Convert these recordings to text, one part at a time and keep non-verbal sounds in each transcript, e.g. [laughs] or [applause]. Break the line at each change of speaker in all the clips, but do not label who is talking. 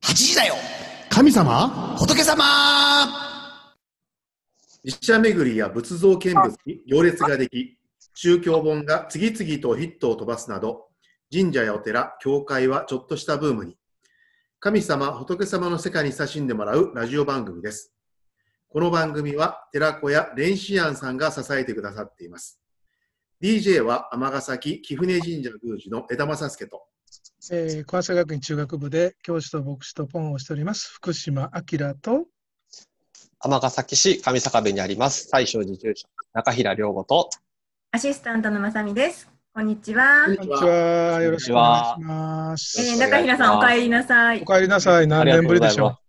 時だよ
神様
仏様
寺社巡りや仏像見物に行列ができ、宗教本が次々とヒットを飛ばすなど、神社やお寺、教会はちょっとしたブームに、神様、仏様の世界に親しんでもらうラジオ番組です。この番組は寺子や蓮師庵さんが支えてくださっています。DJ は尼崎貴船神社宮司の枝正輔と、
えー、小朝学院中学部で教師と牧師とポンをしております福島明と
尼崎市上坂部にあります、大正寺住所、中平良吾と、
アシスタントのまさみです。こんにちは。
こん
え
に
こん
ち
にち
は
はよろしくお願いしま
こんに
ー、
ち
す。
は
中平さん、お帰りなさい。
お帰りなさい何年ぶりでしょ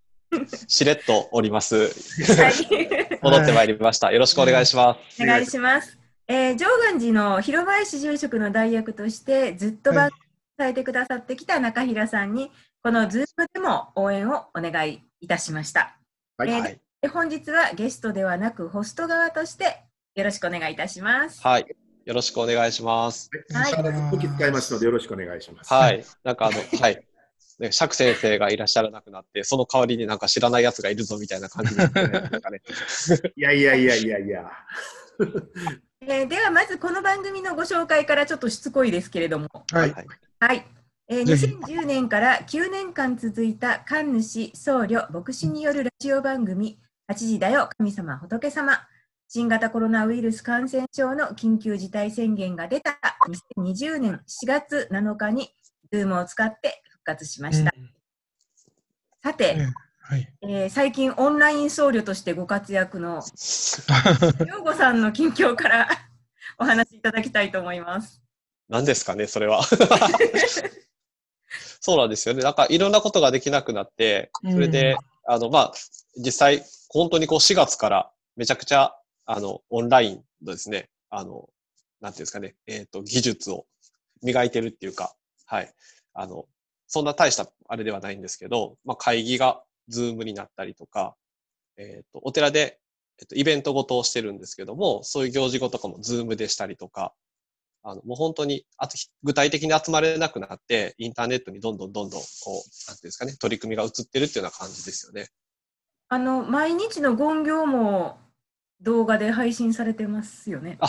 す。しれっとおります。
はい、
戻ってまいりました。よろしくお願いします。
お願いします。えー、上岸寺の広林住職の代役として、ずっと番組を伝えてくださってきた中平さんに、このズームでも応援をお願いいたしました。
はい
えー
はい
で本日はゲストではなく、ホスト側として、よろしくお願いいたします。
はい。よろしくお願いします。
はい
必ず時使いますのでよろしくお願いします。
はい。なんかあの、はい。ね、釈先生がいらっしゃらなくなって、その代わりになんか知らない奴がいるぞみたいな感じ [laughs] ですね。なんかね
[laughs] いやいやいやいやいや。
えーでは、まずこの番組のご紹介からちょっとしつこいですけれども、
は
はい
い
はい。
はい。えー
ぜひ
2010年から9年間続いた神主、僧侶、牧師によるラジオ番組、8時だよ、神様、仏様。新型コロナウイルス感染症の緊急事態宣言が出た2020年4月7日に、ズームを使って復活しました。さて、
はい。
えー最近オンライン僧侶としてご活躍
[laughs]
の、陽子さんの近況から [laughs] お話しいただきたいと思います。
何ですかね、それは。 [laughs] そうなんですよね。なんかいろんなことができなくなって、それで、あの、まあ、実際、本当にこう4月からめちゃくちゃ、あの、オンラインのですね、あの、なんていうんですかね、えっ、と、技術を磨いてるっていうか、はい。あの、そんな大したあれではないんですけど、まあ、会議がズームになったりとか、えっ、と、お寺で、えっと、イベントごとをしてるんですけども、そういう行事ごとかもズームでしたりとか、あの、もう本当に、あと、ひ具体的に集まれなくなって、インターネットにどんどんどんどん、こう、なんていうんですかね、取り組みが移ってるっていうような感じですよね。
あの毎日の言行も動画で配信されてますよね。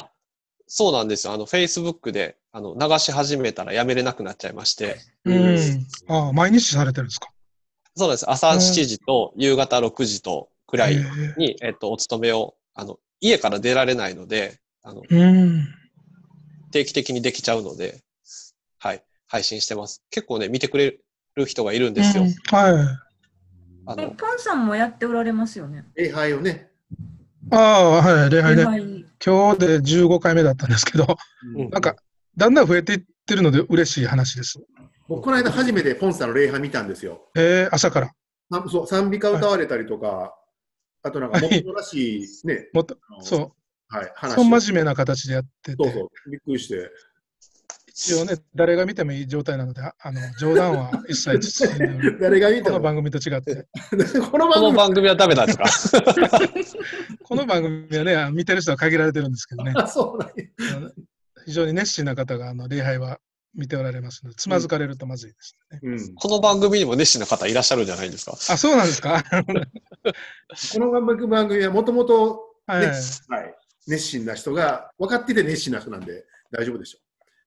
そうなんですよ。あの、Facebook で、あの、流し始めたらやめれなくなっちゃいまして、
うん。ああ毎日されてるんですか。
そうなんです。朝
うん
7時と夕方6時とくらい
えー
に、えっと、お勤めを、あの、家から出られないので、あの、
うん。
定期的にできちゃうので、はい、配信してます。結構ね、見てくれる人がいるんですよ。
は
あ
え
の、
ポンさんもやっておられますよね。
礼拝をね、
い。ああはい礼拝ね
礼。拝
今日で15回目だったんですけど、 [laughs]
うん
なんかだんだん増えていってるので嬉しい話です。
僕この間初めてポンさんの礼拝見たんですよ。
えー、朝から
あそう賛美歌歌われたりとか、あとなんか、もっとらしいね、
もっと
あの
そう
はい、話
そん
を
真面目な形でやって
そう
て。
そう、びっくりして、
一応ね、誰が見てもいい状態なので、ああの冗談は一切包んでお [laughs] り
誰が見て
この
も、
番組と違って、
この番
この
組、
番組はダメなんですか
この番組はねあ、見てる人は限られてるんですけどね、
あそうなんや
あの非常に熱心な方があの礼拝は見ておられますので、つまずかれるとまずいですね。
うん、こ
この番組にも熱心な方いらっしゃるんじゃないんですか
あ、そうなんですか
の番組はもともと
はい。
熱心な人が、分かってて熱心な人なんで、大丈夫でしょ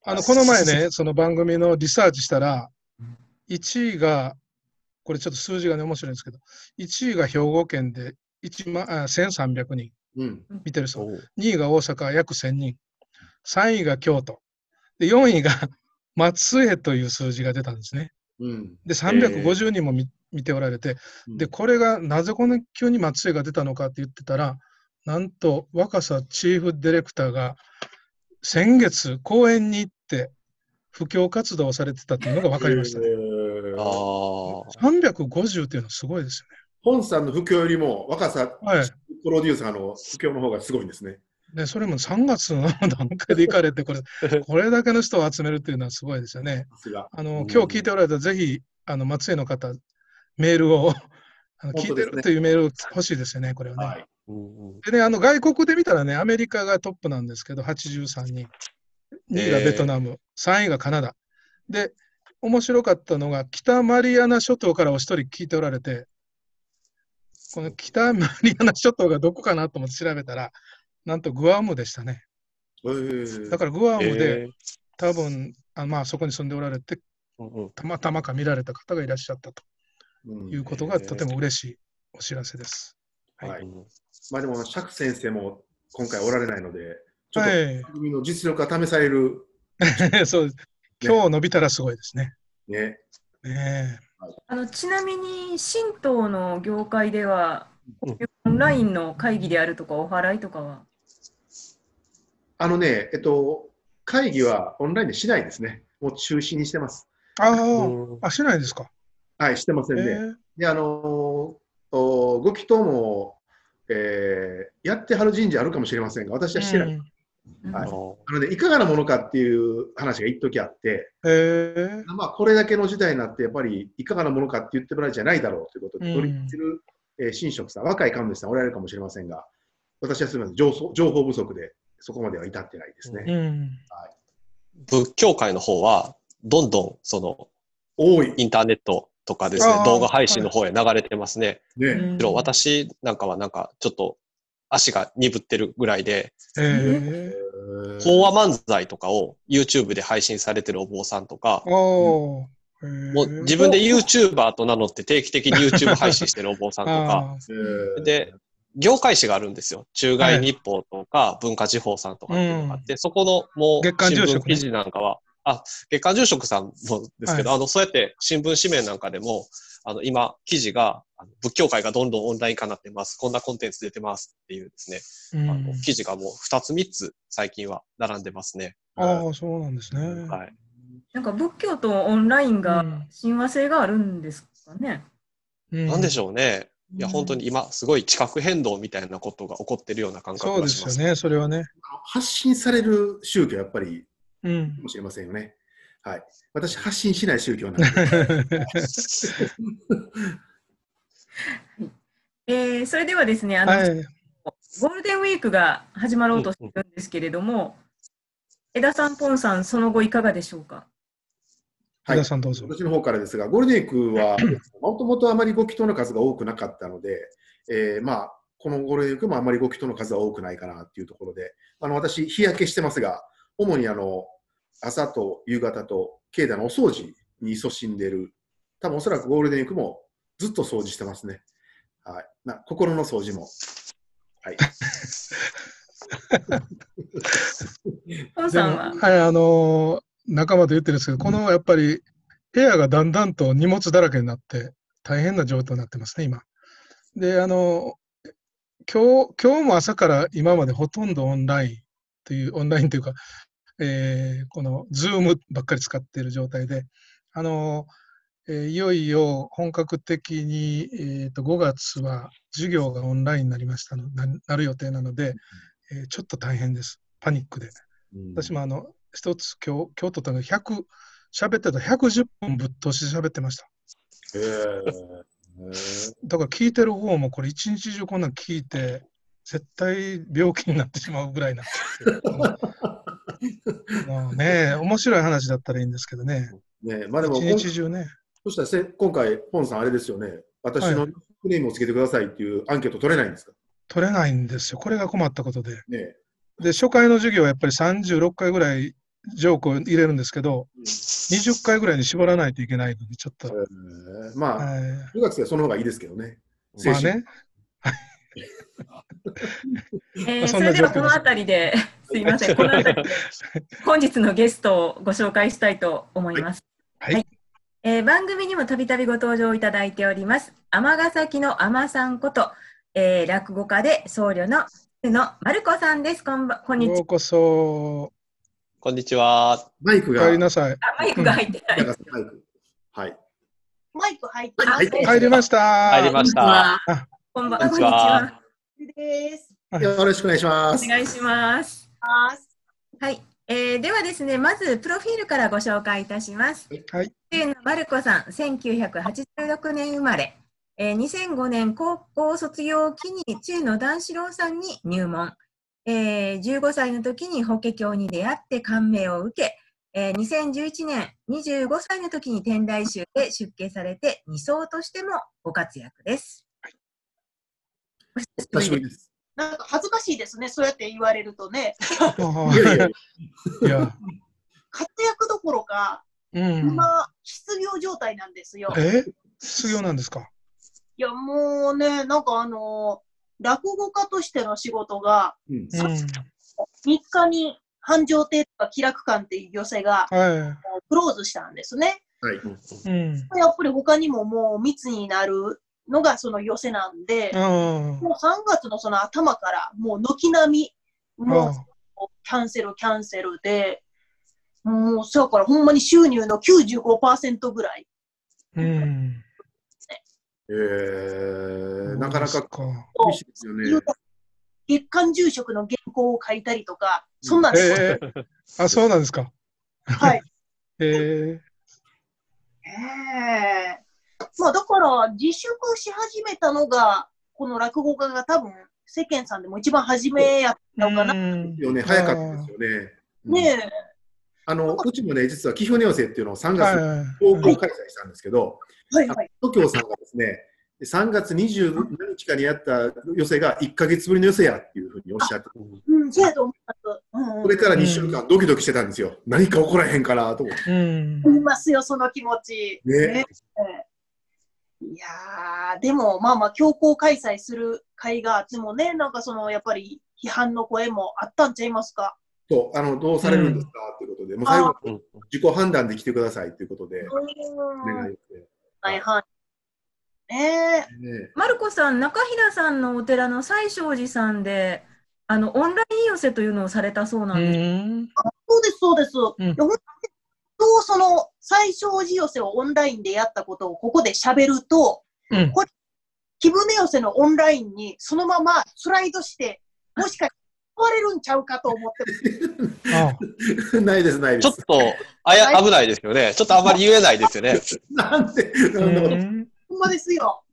あの、この前ね、その番組のリサーチしたら、1位が、これちょっと数字がね、面白いんですけど、1位が兵庫県で1万あ1300人
う。うん、
見てる人
おう
2位が大阪約1000人、3位が京都、で4位が [laughs] 松江という数字が出たんですね。
うん、
で、350人も見,、見ておられて、で、これがなぜこんな急に松江が出たのかって言ってたら、なんと若狭チーフディレクターが先月公園に行って布教活動をされてたっていうのが分かりましたね。
えー
ああ。
350っていうのはすごいです
本さんの布教よりも、若さ
よね。はい。
プロデューサーの布教の方がすごいんですね。
で、それも3月の段階で行かれて、これ、これだけの人を集めるっていうのはすごいですよね。
さすが。
あ
う
の
ん
今日聞いておられたぜひあの松江の方メールをあの
本
聞
当
い
で
て
すね
るというメールを欲しいですよね、これはね。
はい。
うんうん
でねあの外国で見たらね、アメリカがトップなんですけど、83人、2位がベトナム、3位がカナダ、で面白かったのが、北マリアナ諸島からお一人聞いておられて、この北マリアナ諸島がどこかなと思って調べたら、なんとグアムでしたね。
えー
だからグアムで、
えー
多分あまあそこに住んでおられて、
うんうん
たまたまか見られた方がいらっしゃったと
うん
いうことが、とても嬉しいお知らせです。
は
う
い、
ん
まあでも、釈先生も今回おられないので、ちょっ
は
と
い、 [laughs]
番組の実力が試される、
そうです。今日伸びたらすごいですね。
ね、
ね
あのちなみに神道の業界では
うん
オンラインの会議であるとかお祓いとかは
あのね、えっと、会議はオンラインでしないですね。もう中止にしてます。
えあー
うん
あ、しないですか。
はい、してません
え
ね。
ー
で、あのーおご祈祷も、えーやってはる神社あるかもしれませんが、私はしてない。
うん
はい
あ
なので、いかがなものかっていう話が一時あって、
え
まあ、これだけの時代になって、やっぱりいかがなものかって言ってもらえじゃないだろうということで、
うん
取り入れてる、えー神職さん、若い神主さんおられるかもしれませんが、私はすみません情報、情報不足で、そこまでは至ってないですね。
ーうん
仏教界の方は、どんどん、その、
多い、
インターネットとかですね
あー、
動画配信の方へ流れてますね。
う
ね。
ん
むしろ私なんかはなんか、ちょっと足が鈍ってるぐらいで、
え
法話漫才とかを YouTube で配信されてるお坊さんとか
ー、、おーえー
もう自分で YouTuber と名乗って定期的に YouTube 配信してるお坊さんとか、
あ
えー
で、業界誌があるんですよ。中外日報とか文化時報さんとかっていうのがあって、そこのもう
月刊
新
住職ね
聞記事なんかは、あ、月刊住職さんもですけど、あの、そうやって新聞紙面なんかでも、あの、今、記事が、あの仏教界がどんどんオンライン化になってます。こんなコンテンツ出てますっていうですね、
ーう
あ
ん
の、記事がもう2つ3つ最近は並んでますね。
あー、そうなんですね。
はい。
なんか仏教とオンライン
う
が
ん
親和性があるんですかね。
なんで
ょ
しょうね。いや、本当に今、すごい地殻変動みたいなことが起こってるような感
そ
覚
う
が
で
しますす。
よね、それはね。
発信される宗教、やっぱり
うん
か
[laughs]
もしれませんよね。はい、私、発信しない宗教なんで、
[laughs]
えーそれではですねあの、
はい、
ゴールデンウィークが始まろうとしてるんですけれども、江田さん、ポンさん、その後いかがでしょうか。
はい
皆、さんどうぞ。
私の方からですが、ゴールデンウィーク
[clears throat]
は、もともとあまりご祈祷の数が多くなかったので、えーまあ、このゴールデンウィークもあまりご祈祷の数は多くないかなっていうところで、あの私、日焼けしてますが、主にあの朝と夕方と境内のお掃除に勤しんでる、多分おそらくゴールデンウィークもずっと掃除してますね。はい、まあ心の掃除も。
[laughs]
はい、
ポン
で
さ
も
んは、
はい、あのー仲間と言ってるんですけど、このやっぱり部屋がだんだんと荷物だらけになって、大変な状態になってますね、今。で、あのー今日、今日も朝から今までほとんどオンラインという、オンラインというか、えーこの Zoom ばっかり使っている状態で、あのーえーいよいよ本格的に、えー、と5月は授業がオンラインになりましたのななる予定なので、えーちょっと大変です。パニックで。私もあの、一つ今日、今日とったのが100、喋ってた110分ぶっ通しで喋ってました。
えー
だから聞いてる方もこれ一日中こんなん聞いて、絶対病気になってしまうぐらいな。まあね、面白い話だったらいいんですけどね。
ねまあ、でも
一日中ね。
そしたらせ今回、ポンさん、あれですよね、私の
は
ニックネームをつけてくださいっていうアンケート取れないんですか
取れないんですよ。これが困ったことで。
ねえ
で、初回の授業はやっぱり36回ぐらいジョークを入れるんですけど、
うん
20回ぐらいに絞らないといけないので、ちょっと。
えーまあ、
はい
留学生はその方がいいですけどね。精
まあ
神
ね。
えー
そ
そ
んな
れでは
状況です
この辺りで、すいません、この辺りで本日のゲストをご紹介したいと思います。
はい
えー番組にもたびたびご登場いただいております、尼崎の尼さんこと、えー落語家で僧侶の布野まる子さんです。こんばこんにち
よ
は
うこそ。
こんにちは。
マイク
お
が、
帰りなさい。。
あマイクが入ってない。
なんかマイクはい。
マイク入ってます。
はい
入りました。
入りました。
こんばん
こんにちは。
です。
よろしくお願いしま
お
す。
願いします。
ます
はい、えー、ではですね、まずプロフィールからご紹介いたします。
はい。
でマルコさん、1986年生まれ、えー、2005年高校卒業を機に中の段四郎さんに入門、えー、15歳の時に法華経に出会って感銘を受け、えー2011年25歳の時に天台宗で出家されて二層としてもご活躍です。
久しぶりです。
なんか恥ずかしいですね、そうやって言われるとね。
いやいや、
いや、
活躍どころか、
うん。
今、失業状態なんですよ。
え失業なんですか
いや、もうね、なんかあのー落語家としての仕事が、
うん
うん。
3日に繁盛亭とか気楽館っていう寄席が
は
クローズしたんですね。
はい。
い。うん。
やっぱり他にももう密になるのがその寄席なんで、
あ
もう3月のその頭から、もう軒並み、もう
あ。
キャンセル、キャンセルで、もう、そうやから、ほんまに収入の95%ぐらい。
うん。
えー、なかなか
か。
厳しいですよね。
月刊住職の原稿を書いたりとか、そんなんですよ。
ええあ、そうなんですか。
はい。
[laughs] ええ
ええまあ、だから、自粛し始めたのが、この落語家が多分、世間さんでも一番初めやったのかな。
うん
よね、早かったですよね。うん
ねえ。
あのうちもね、実は貴船寄せっていうのを3
は
月
い
に
はい
東京開催したんですけど、
はいはい。
東京さんがですね、3月20何日かにやった寄せが1か月ぶりの寄せやっていうふうにおっしゃって、
うん、そうやと思います。うんうん
それから2週間ドキドキしてたんですよ。何か起こらへんかなと思って。
うん
あ。りますよ、その気持ち。
ね
いやー、でも、まあまあ、強行開催する会があってもね、なんかその、やっぱり批判の声もあったんちゃいますか。
そうあのどうされるんですかっていうことで、もう最後、自己判断で来てくださいということで、お願いして。
はいはい。ねえ、
ね
マルコさん、中平さんのお寺の西勝寺さんで、あのオンライン寄せというのをされたそうなんです。
うん。
そうです、そうです。
ん
いや本当にどうその、最小寺寄せをオンラインでやったことをここで喋ると、
うん
木舟寄せのオンラインにそのままスライドして、もしかして、壊れるんちゃうかと思って
あ
ないです、ないで
ちょっ
す。
とあや危ないですよね。ちょっとあまり言えないですよね。
なんで、
あ。
そんなこと
うん
ほんまですよ。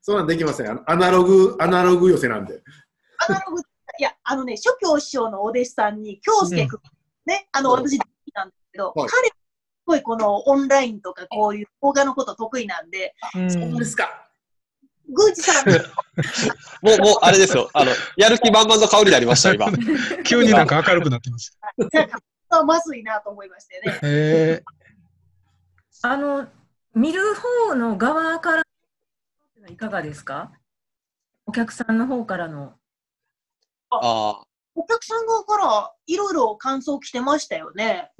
そんなんできません。あのアナログ、アナログ寄せなんで。
アナログ、いや、あのね、諸教師匠のお弟子さんに、京介君、ね、あの、
はい
私、好きなんですけど、
はい
彼、すごいこのオンラインとかこういう動画のこと得意なんで、
うん
すか。
宮司さん、
もう、もう、あれですよ。あの、やる気満々の顔になりました、今。
急になんか明るくなってます。
なんか、はまずいなと思いましてね。
ええ
あの見る方の側からいかがですかお客さんの方からの。
あ
お客さん側からいろいろ感想来てましたよね。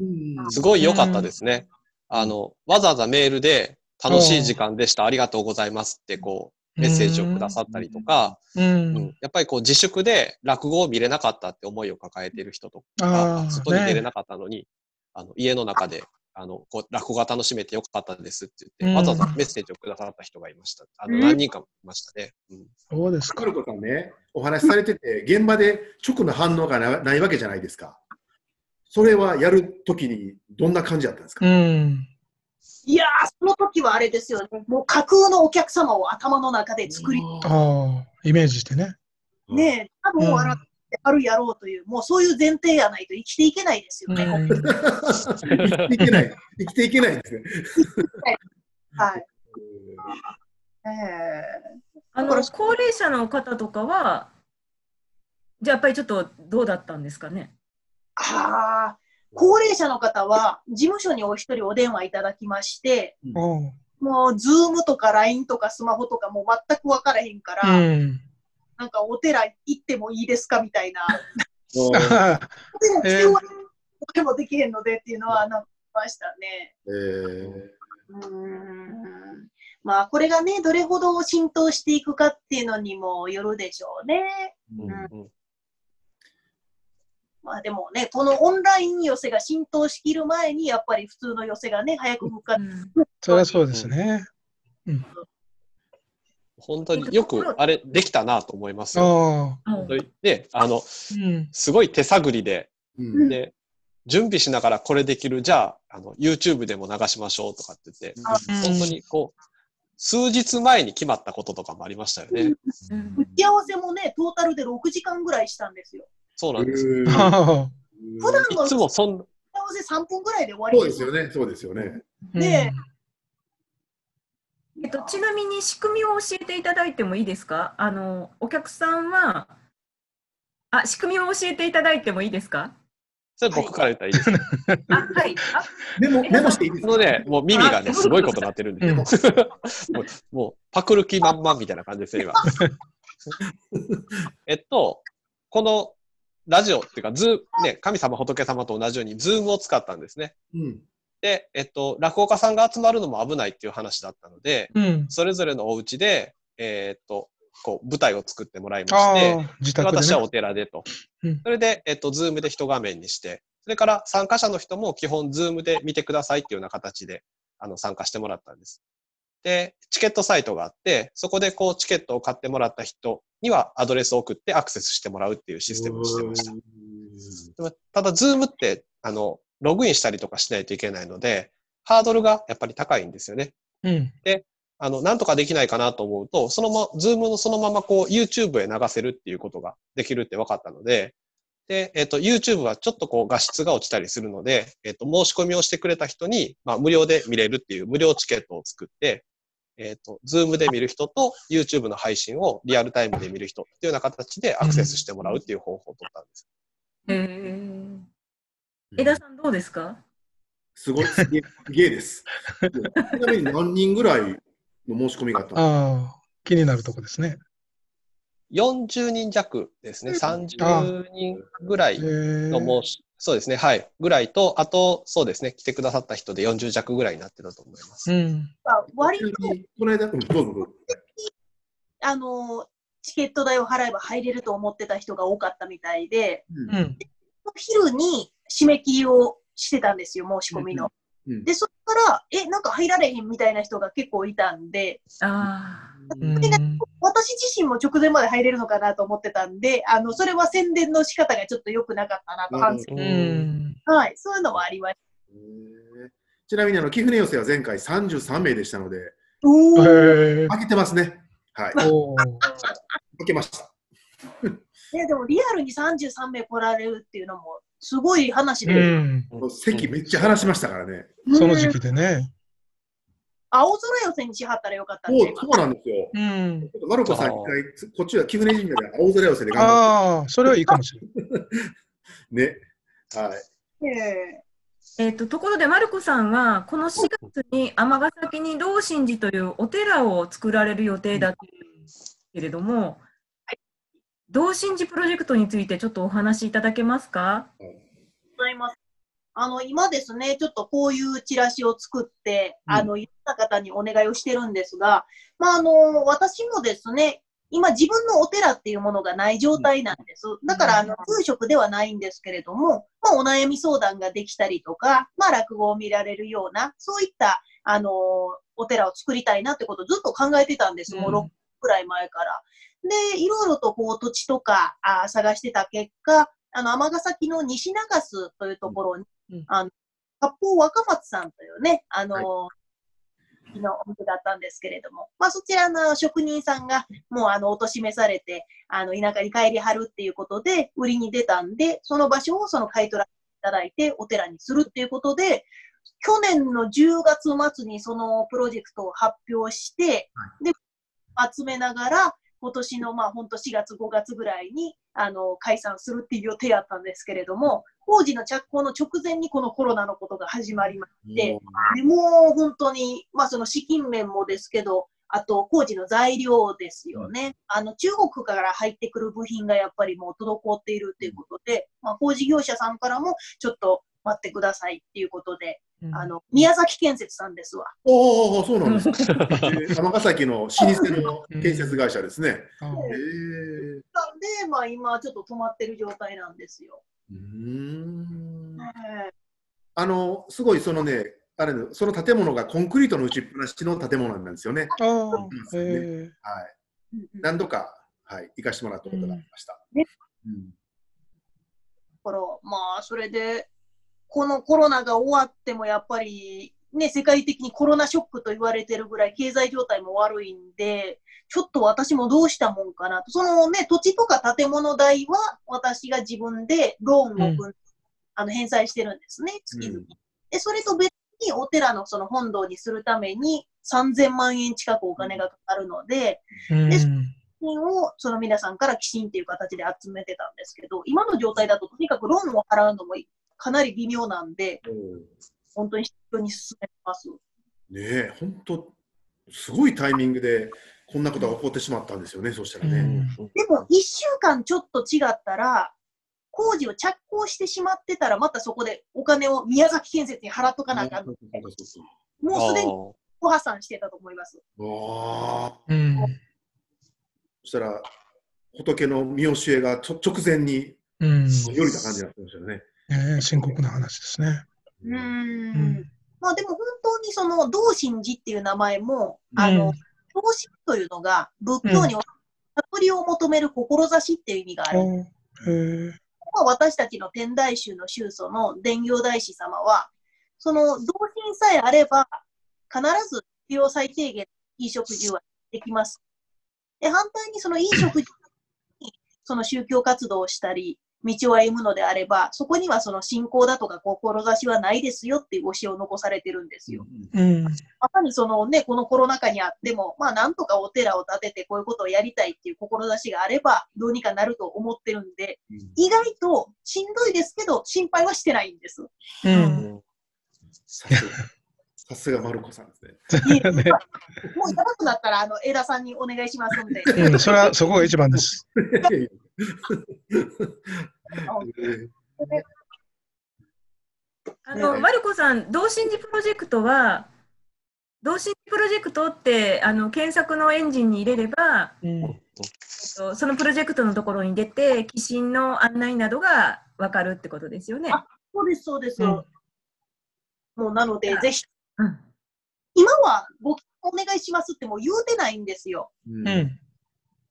あ、すごい良かったですね。あの、わざわざメールで、楽しい時間でした、ありがとうございますって、こう、メッセージをくださったりとか、
う。
うんんやっぱりこう、自粛で落語を見れなかったって思いを抱えている人と
あ
か、
あ
外に出れ
ね
なかったのに、あの、家の中で、あの、こう、落語が楽しめてよかったですって言
う
っ
ん
て、わざわざメッセージをくださった人がいました。あ
う
の、
ん
何人かいましたね。うん
そうです
カ
か
ル。コさんね、お話しされてて、現場で直の反応がなないわけじゃないですか。それはやるときにどんな感じだったんですか、
うん。
いやー、その時はあれですよね。もう架空のお客様を頭の中で作り、
ああ、イメージしてね。
ねえ、多分笑ってあるやろうという、もうそういう前提やないと生きていけないですよ
う
ね。
ん。
生きていけない。生きていけないですね。
はい。ええ
あの
だから
高齢者の方とかは、じゃあやっぱりちょっとどうだったんですかね。
ああ、高齢者の方は、事務所にお一人お電話いただきまして、
おう
もう、ズームとか LINE とかスマホとかもう全く分からへんか
う
ら、
ん。
なんかお寺行ってもいいですかみた
[laughs]
いな、
もう
ああ
お寺来
え
て
ー
もでもできへんのでっていうのは、なんかありましたね。
えー
うーん。まあ、これがね、どれほど浸透していくかっていうのにもよるでしょうね。
うん
まあでもね、このオンライン寄せが浸透しきる前に、やっぱり普通の寄せがね、早く復活
うん
そりゃそうですね。
本当によくあれできたなと思いますよ。
ああ。
もう
で、あの、
うん。
すごい手探りで、
うん
で、準備しながらこれできる、じゃあ、あの、YouTube でも流しましょうとかって言って、本当にこう、数日前に決まったこととかもありましたよね。
うん
打ち合わせもね、トータルで6時間ぐらいしたんですよ。
そう
う
なんですよ。
ん
ああ。
普段
い
の打
つ
ち
もそん、
合合わせ3分ぐらいで終わり
そうですよね、そうですよね。
ね
えっと、ちなみに仕組みを教えていただいてもいいですかあのお客さんはあ仕組みを教えていただいてもいいですか
それ僕から言ったらいいですか。
あはいあ
メモ、メモしていいです
こ
か
のね、もう耳がね、
あ
すごいことになってるんですよ。 [laughs] もう、もうパクる気満々みたいな感じですよ、 [laughs] 今。えっと、このラジオっていうか、ズームね、神様、仏様と同じように、ズームを使ったんですね。
うん。
で、えっと、落語家さんが集まるのも危ないっていう話だったので、
うん。
それぞれのお家で、えーっと、こう、舞台を作ってもらいま
あ
して、
あ、自
で
宅で、ね。
私はお寺でと
うん。
それで、えっと、ズームで一画面にして、それから参加者の人も基本ズームで見てくださいっていうような形で、あの、参加してもらったんです。で、チケットサイトがあって、そこでこう、チケットを買ってもらった人にはアドレスを送ってアクセスしてもらうっていうシステムをしてました。でもただ、ズームって、あの、ログインしたりとかしないといけないので、ハードルがやっぱり高いんですよね。
うん。
あの、なんとかできないかなと思うと、そのま、ズームのそのままこう、YouTube へ流せるっていうことができるって分かったので、で、えっ、と、YouTube はちょっとこう、画質が落ちたりするので、えっ、と、申し込みをしてくれた人に、まあ、無料で見れるっていう無料チケットを作って、えっ、と、Zoom で見る人と YouTube の配信をリアルタイムで見る人っていうような形でアクセスしてもらうっていう方法を取ったんです。
えー、枝さんどうですか
すごい、すげえすげえです。ちなみに何人ぐらいの申し込みがあったの
ああ、気になるとこですね。
40人弱ですね。30人ぐらい
えー
の申し、そうですね、はい、ぐらいと、あと、そうですね、来てくださった人で40弱ぐらいになってたと思います。
うん。
割
ちな
と
みにこの間、うん、どうぞどうぞ。
あのチケット代を払えば入れると思ってた人が多かったみたいで、
うん
うん。
お昼に締め切りをしてたんですよ、申し込みの。
うん
で、そこから、え、なんか入られへんみたいな人が結構いたんで、
あ
うん。
私自身も直前まで入れるのかなと思ってたんで、あのそれは宣伝の仕方がちょっと良くなかったなと反省、
うん。
はい、そういうのはありました。
へえちなみにあの貴船寄せは前回33名でしたので、
お
へ
ー
え
負けてますね。はい、負
おー
けました。
ね、でもリアルに33名来られるっていうのも、すごい話
う
で、
ん。
うん
席めっちゃ離しましたからね。
その時
うん
期でね。
青空予選にしはったらよかったん
そう
で、
そうなんですよ。
うん。
ちょっとマルコさん一回、こっちは貴船神社で青空寄せで頑張っ
ああ、それはいいかもしれな
て。
い。
ね。はい。
え
ーえっとところでマルコさんはこの4月に尼崎に道心寺というお寺を作られる予定だったんですけれども道心寺プロジェクトについてちょっとお話しいただけますか
えございます。あの今ですね、ちょっとこういうチラシを作って、
うん
あのいろんな方にお願いをしてるんですが、まあ、あの私もですね、今、自分のお寺っていうものがない状態なんです。だから、あの住職ではないんですけれども、まあ、お悩み相談ができたりとか、まあ、落語を見られるような、そういったあのお寺を作りたいなってことをずっと考えてたんです、もう6くらい前から。で、いろいろとこう土地とかあー探してた結果、あの、尼崎の西長洲というところに、
うん
あの、八方若松さんというね、あのー、
はい
のお店だったんですけれども、まあ、そちらの職人さんがもうあのおしめされてあの田舎に帰りはるっていうことで売りに出たんでその場所をその買い取らせていただいてお寺にするっていうことで去年の10月末にそのプロジェクトを発表して、で集めながら今年のまあ本当4月5月ぐらいにあの解散するっていう予定だったんですけれども工事の着工の直前にこのコロナのことが始まりまして、でもう本当に、まあ、その資金面もですけど、あと工事の材料ですよね、あの中国から入ってくる部品がやっぱりもう滞っているということで、まあ、工事業者さんからもちょっと待ってくださいっていうことで、あの宮崎建設さんですわ。
おお、そうなんです。尼崎の老舗の建設会社ですね。
あー
へえ。
なんで、まあ、今ちょっと止まってる状態なんですよ。
うーん
ねえ
あの、すごいそのね、あれのその建物がコンクリートの打ちっぱなしの建物なんですよね。
あー、えー
はい。
うんうん
何度か、はい、行かしてもらったことがありました。
ね
うん
だから、まあ、それで、このコロナが終わっても、やっぱり、ね、世界的にコロナショックと言われてるぐらい経済状態も悪いんで、ちょっと私もどうしたもんかなと。そのね、土地とか建物代は私が自分でローンを組んで、あの返済してるんですね、月々。
うん
で、それと別にお寺のその本堂にするために3000万円近くお金がかかるので、
うん
金をその皆さんから寄進という形で集めてたんですけど、今の状態だととにかくローンを払うのもかなり微妙なんで、本当に非常に進めてます。
ねえ、本当、すごいタイミングでこんなことが起こってしまったんですよね、そうしたら
う
ね。
ん
でも、1週間ちょっと違ったら、工事を着工してしまってたら、またそこでお金を宮崎建設に払っとかなあかん
そう
の
そうそうそう
あ
もうすでに
ー
ご破産してたと思います。
わあ
うん
そしたら、仏の見教えがちょ直前に、
うん
よりた感じになってましたよね。
ねえ深刻な話ですね。
う
う
ー
ん
ん。まあでも本当にその、道心寺っていう名前も、あ
う
の
ん、
道心というのが仏教に悟りを求める志っていう意味がある。
おへえ
まあ、私たちの天台宗の宗祖の伝行大師様は、その同心さえあれば、必ず必要最低限、いい食事はできます。で、反対にそのいい食事に、その宗教活動をしたり、道を歩むのであれば、そこにはその信仰だとか志はないですよっていう教えを残されてるんですよ。
うん
まさにそのね、このコロナ禍にあっても、まあなんとかお寺を建ててこういうことをやりたいっていう志があれば、どうにかなると思ってるんで、意外としんどいですけど、心配はしてないんです。
うん
さすがさすがマルコさんですね。
ね
もうやばくなったら、あの、江田さんにお願いしますんで。
うんそれはそこが一番です。
あの、
ね
マルコさん、同心寺プロジェクトは、同心寺プロジェクトってあの検索のエンジンに入れれば、えっと、そのプロジェクトのところに出て、寄進の案内などが分かるってことですよね。
あそうです、そうです。
うん
もうなので、ぜひ、
うん
今はご結婚お願いしますってもう言うてないんですよ。
うん
うん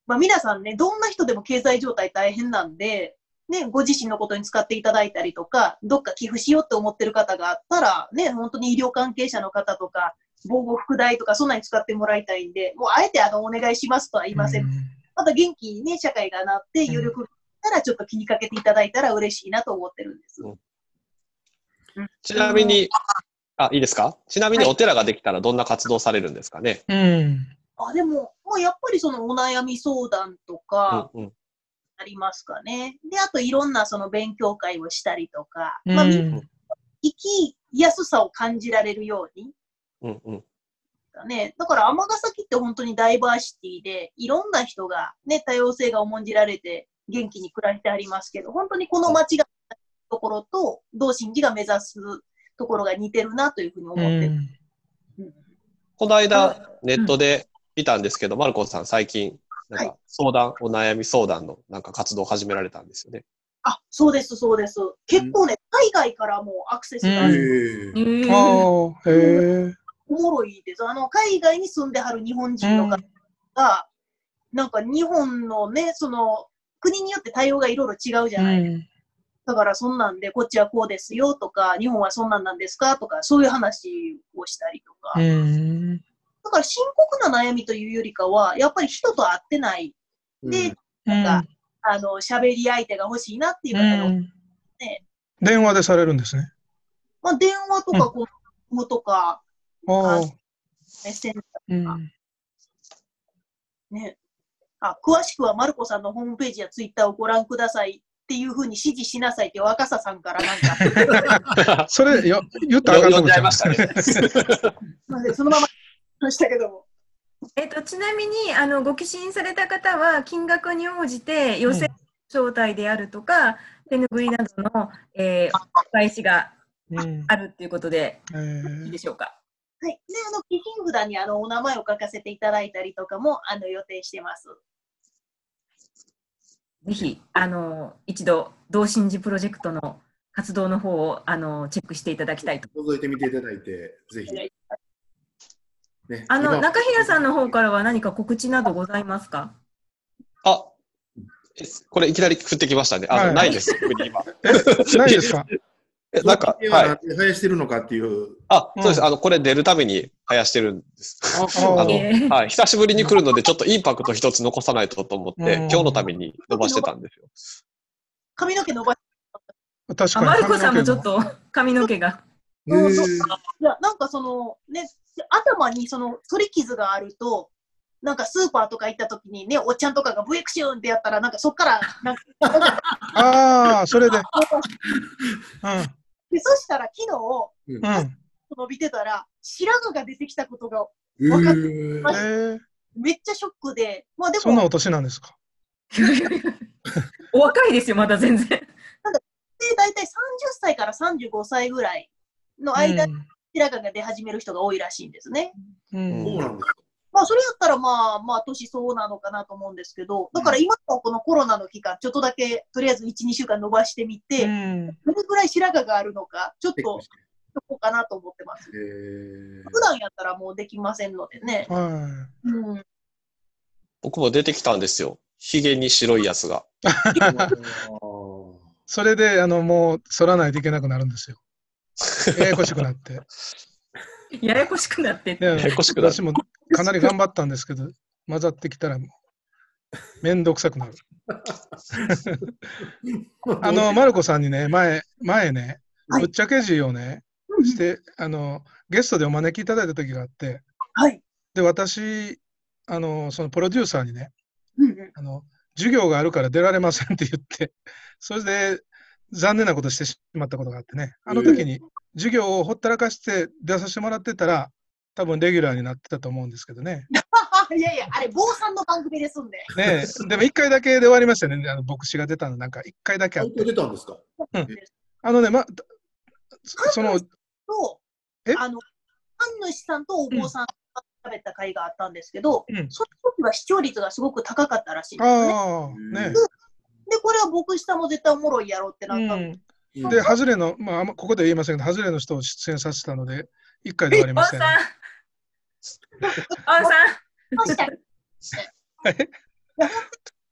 まあ皆さんね、どんな人でも経済状態大変なんで、ね、ご自身のことに使っていただいたりとか、どっか寄付しようって思ってる方があったら、ね、本当に医療関係者の方とか、防護服代とか、そんなに使ってもらいたいんで、もうあえてあの、お願いしますとは言いません。また元気にね、社会がなって、余力があったら、ちょっと気にかけていただいたら嬉しいなと思ってるんです。
ちなみに、あ、いいですかちなみにお寺ができたらどんな活動されるんですかね、
うん
あ、でも、もうやっぱりそのお悩み相談とか、
うんうん
ありますかね。で、あといろんなその勉強会をしたりとか、
うん
まあ、みんな生きやすさを感じられるように、
うんうん
だね。だから尼崎って本当にダイバーシティで、いろんな人がね、多様性が重んじられて、元気に暮らしてありますけど、本当にこの街が、ところと、同心寺が目指すところが似てるなというふうに思
う
ってる。
ん
この間、ネットで見たんですけど、マルコさん最近、なんか相談、お悩み相談のなんか活動を始められたんですよね。
あ、そうです、そうです。結構ね、海外からもアクセスがあ
え
る、
え
あーへえ
おもろいです。あの、海外に住んではる日本人の方が、なんか日本のね、その、国によって対応がいろいろ違うじゃない、
うん
だからそんなんで、こっちはこうですよとか、日本はそんなんなんですかとか、そういう話をしたりと
う
か。
ん
だから深刻な悩みというよりかは、やっぱり人と会ってない。で、なんか、あの、喋り相手が欲しいなっていう方が、
うん
ね
電話でされるんですね。
まあ、電話とか、こう、と
あ
か、
あ、
メッセンジャー
うん、
ね。あ、詳しくはマルコさんのホームページやツイッターをご覧くださいっていうふうに指示しなさいって若狭さんからなん [laughs] か、
それよ言ったらあかん
よ
と
呼ん
こ
じ
ち
ゃ
ゃ
いうましたね。
なんでそのままましたけども。
えっと、ちなみにあのご寄進された方は金額に応じ
[laughs]
て寄せ招待であるとか、手ぬぐいなどの、えー、お返しが
うん
あるっていうことで
え
いい
ー
でしょうか。
はい。で、あの、貴金札にあの、お名前を書かせていただいたりとかも、あの、予定してます。
ぜひあの一度同心寺プロジェクトの活動の方をあのチェックしていただきたいと。
覗いてみていただいて、ぜひ。ね、
あの
今
中平さんの方からは何か告知などございますか。
あ、えこれいきなり振ってきましたね。あ
は
の、
い
ないです、特に今。
えないですか
えなんか、
雑巾
はい
は。生やしてるのかっていう、
あ、そうで
う
す。
ん
あの、これ出るために生やしてるんです。
あ
あの
ー [laughs]
えー
はい。久しぶりに来るので、ちょっとインパクト一つ残さないとと思って、
うん
今日のために伸ばしてたんですよ。
髪の毛伸ばし
確
あ、
かに。
マルコさんもちょっと髪の毛
[laughs]
が。
髪の毛
そ
が。
う
え
そういや、なんかその、ね、頭にその取り傷があると、なんかスーパーとか行った時にね、おっちゃんとかがブエクシュンってやったら、なんかそっから、なんか、 [laughs]
ーああ、それ
[laughs]
で。
でそしたら昨日、
うん。うん。
伸びてたら、白髪が出てきたことが
う
わか
ー
えー、
めっちゃショックで、まあで
そんな
も
お、年なんですか。
お若いですよ、まだ全然。
で大体30歳から35歳ぐらいの
う
間に
ん
白髪が出始める人が多いらしいんですね。
うん
そうなんですか。
まあそれやったらまあまあ年そうなのかなと思うんですけど、だから今のこのコロナの期間、ちょっとだけとりあえず1、2週間伸ばしてみて、
うん
どれぐらい白髪があるのか、ちょっ
チェッ
と
クして
そこうかなと思ってます。
えー
普段やったらもうできませんのでね。
は
うん。
僕も出てきたんですよ。ヒゲに白いやつが。
い。それで、あの、もう、剃らないといけなくなるんですよ。ややこしくなって。
ややこしくなって
い。や
ややこしくなる
私もかなり頑張ったんですけど、混ざってきたらもう、めんどくさくなる。あの、マルコさんにね、前、前ね、
はい
ぶっちゃけじをね、して、あの、ゲストでお招きいただいた時があって、
はい。
で、私、あの、そのプロデューサーにね、
うんうん。
あの、授業があるから出られませんって言って、 [laughs] それで、残念なことしてしまったことがあってね、あの時に授業をほったらかして出させてもらってたら、多分レギュラーになってたと思うんですけど [laughs] ね。
いやいや、あれ、坊さんの番組ですんで。
ねえでも1回だけで終わりましたよね、あの牧師が出たの、なんか1回だけあっ
本当
て。
出たんですか
あのね、ま、その、
と
え、
あの、神主さんとお坊さんが食べた会があったんですけど、
うん
その時は視聴率がすごく高かったらしいんですね。
ああ、ね
で、これは僕下も絶対おもろいやろうっ
え。
て
う
なったの、
んで、ハズレの、まああんま、ここでは言いませんけど、ハズレの人を出演させたので、1回で終わり
お
ま
ン
した
さん
よね。
おンさ
そしたら
え
[laughs] やっ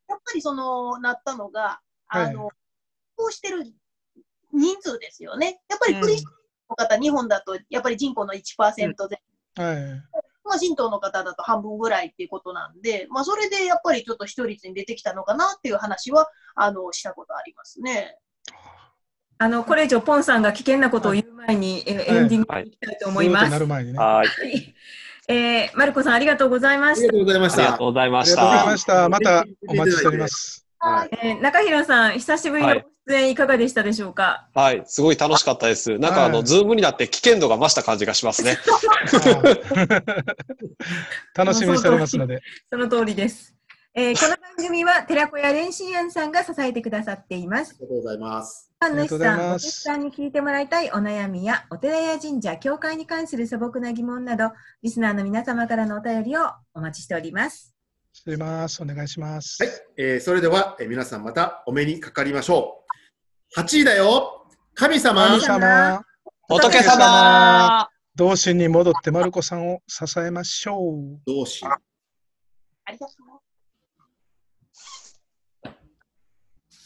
ぱりその、なったのが、あの、こうしてる人数ですよね。やっぱりクリスチャンの方、日本だとやっぱり人口の1%で、
はい。
まあ、神道の方だと半分ぐらいっていうことなんで、まあ、それでやっぱりちょっと視聴率に出てきたのかなっていう話は、あの、したことありますね。
んあの、これ以上、ポンさんが危険なことを言う前に、えエンディングに行きたいと思いま
そうとな
す
る。前にね。あ
はい。
はいえー、マルコさん、ありがとうございま
あり
し
が
た。
とうございまし
ありが
た
とう。ございま
り
し
がとうござい
た
ま。した。またお待ちしておりま
ぜ
[laughs] す。
は
えー中平さん、久しぶりの
はい
ご出演いかがでしたでしょうか。
はい。すごい楽しかったです。なんかあ
は
の、
い
ズームになって危険度が増した感じがしま
[laughs]
すね。
楽しみにしておりますので。
その通りです。えーこの番組は寺子屋蓮心庵さんが支えてくださっています。
ありがとうございます。
ファンの
ありがと
主
うござ
さ
いま
ん、お客
す
さんに聞いてもらいたいお悩みや、お寺や神社、教会に関する素朴な疑問など、リスナーの皆様からのお便りをお待ちしております。
してます。お願いします。
はい、えーそれでは、えー皆さんまたお目にかかりましょう。8位だよ神様
神様、
仏
仏
様
様同心に戻ってマルコさんを支えましょう。
同士。
ありがとう。